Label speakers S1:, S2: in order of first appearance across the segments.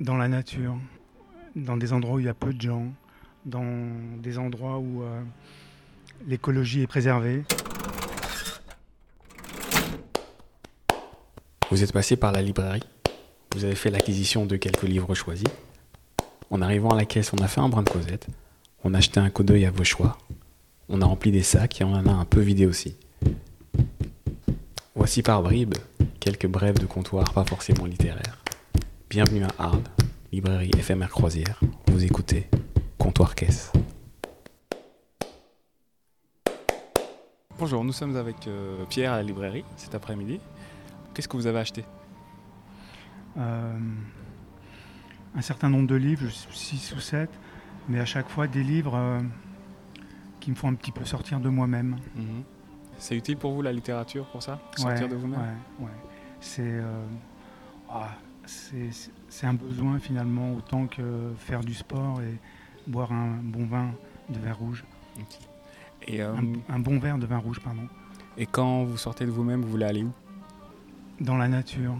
S1: dans la nature, dans des endroits où il y a peu de gens, dans des endroits où euh, l'écologie est préservée.
S2: Vous êtes passé par la librairie, vous avez fait l'acquisition de quelques livres choisis. En arrivant à la caisse, on a fait un brin de causette, on a jeté un coup d'œil à vos choix, on a rempli des sacs et on en a un peu vidé aussi. Voici par bribes quelques brèves de comptoir pas forcément littéraires. Bienvenue à Arles, librairie éphémère croisière. Vous écoutez Comptoir Caisse. Bonjour, nous sommes avec euh, Pierre à la librairie cet après-midi. Qu'est-ce que vous avez acheté
S1: Euh, un certain nombre de livres, 6 ou 7, mais à chaque fois des livres euh, qui me font un petit peu sortir de moi-même.
S2: Mhm. C'est utile pour vous la littérature pour ça Sortir
S1: Ouais,
S2: de vous-même
S1: ouais, ouais. C'est euh, ah, c'est- c'est- c'est un besoin finalement, autant que faire du sport et boire un bon vin de vin rouge.
S2: Ok. et, euh,
S1: Un, un bon verre de vin rouge, pardon.
S2: et quand vous sortez de vous-même, vous voulez aller où
S1: Dans la nature,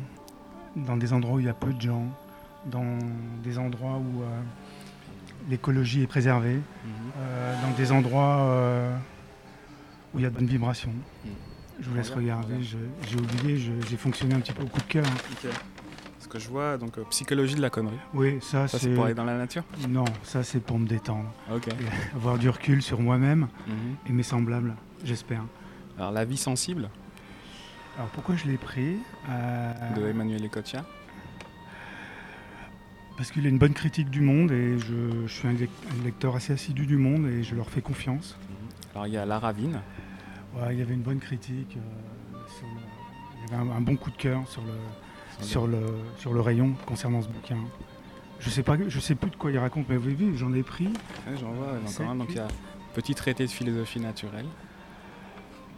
S1: dans des endroits où il y a peu de gens, dans des endroits où euh, l'écologie est préservée.
S2: Mhm.
S1: Euh, dans des endroits euh, où il y a de bonnes vibrations.
S2: Mm.
S1: Je vous laisse
S2: Regarde,
S1: regarder, je- j'ai oublié, je- j'ai fonctionné un petit peu au coup de cœur.
S2: Ok. Ce que je vois, donc euh, psychologie de la connerie.
S1: Oui, ça, c'est.
S2: Ça, c'est pour aller dans la nature
S1: Non, ça c'est pour me détendre,
S2: Ok.
S1: avoir du recul sur moi-même
S2: Mhm.
S1: et mes semblables, j'espère.
S2: Alors, La vie sensible
S1: Alors pourquoi je l'ai pris Euh,
S2: de Emmanuel Ecotia.
S1: Parce qu'il a une bonne critique du monde et je, je suis un, lec- un lecteur assez assidu du monde et je leur fais confiance.
S2: Alors, il y a La Ravine.
S1: Ouais, il y avait une bonne critique, euh, sur le- il y avait un- un bon coup de cœur sur le,
S2: Ah,
S1: sur le, sur le rayon concernant ce bouquin. Je sais pas, je sais plus de quoi il raconte, mais vous avez vu, j'en ai pris.
S2: Ouais, J'en vois, il y en a
S1: Sept,
S2: encore un. Donc, il y a Petit traité de philosophie naturelle.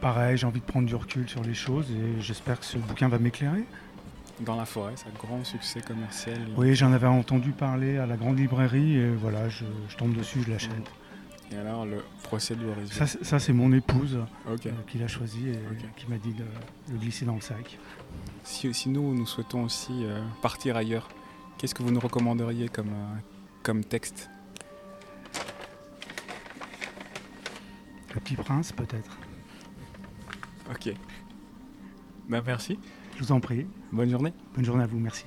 S1: Pareil, j'ai envie de prendre du recul sur les choses et j'espère que ce bouquin va m'éclairer.
S2: Dans la forêt, ça a grand succès commercial.
S1: Oui, j'en avais entendu parler à la grande librairie et voilà, je, je tombe dessus, je l'achète.
S2: Et alors, le procès de l'horizon.
S1: Ça, c'est- ça, c'est mon épouse
S2: Ok.
S1: euh, qui l'a choisi et
S2: Ok.
S1: qui m'a dit de le glisser dans le sac.
S2: Si, si nous, nous souhaitons aussi euh, partir ailleurs, qu'est-ce que vous nous recommanderiez comme, euh, comme texte
S1: Le petit prince, peut-être.
S2: Ok. Bah, merci.
S1: Je vous en prie.
S2: Bonne journée.
S1: Bonne journée à vous, merci.